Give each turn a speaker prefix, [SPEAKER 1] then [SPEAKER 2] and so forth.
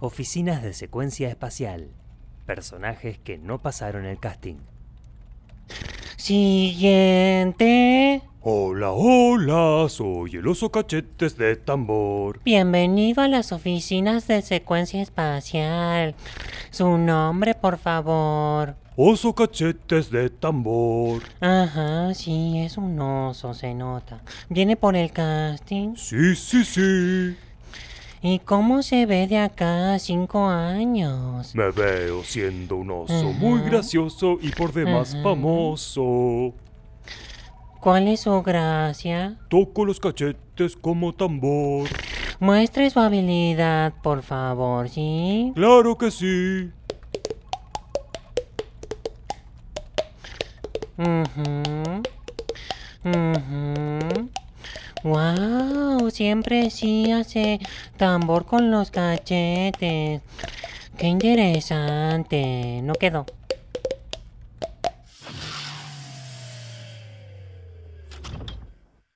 [SPEAKER 1] Oficinas de secuencia espacial. Personajes que no pasaron el casting.
[SPEAKER 2] Siguiente.
[SPEAKER 3] Hola, hola, soy el oso cachetes de tambor.
[SPEAKER 2] Bienvenido a las oficinas de secuencia espacial. Su nombre, por favor.
[SPEAKER 3] Oso cachetes de tambor.
[SPEAKER 2] Ajá, sí, es un oso, se nota. ¿Viene por el casting?
[SPEAKER 3] Sí, sí, sí.
[SPEAKER 2] ¿Y cómo se ve de acá a cinco años?
[SPEAKER 3] Me veo siendo un oso muy
[SPEAKER 2] Ajá.
[SPEAKER 3] gracioso y por demás
[SPEAKER 2] Ajá.
[SPEAKER 3] famoso.
[SPEAKER 2] ¿Cuál es su gracia?
[SPEAKER 3] Toco los cachetes como tambor.
[SPEAKER 2] Muestre su habilidad, por favor, ¿sí?
[SPEAKER 3] Claro que sí.
[SPEAKER 2] Mhm. Mhm. Wow, siempre sí hace tambor con los cachetes. Qué interesante. No quedó.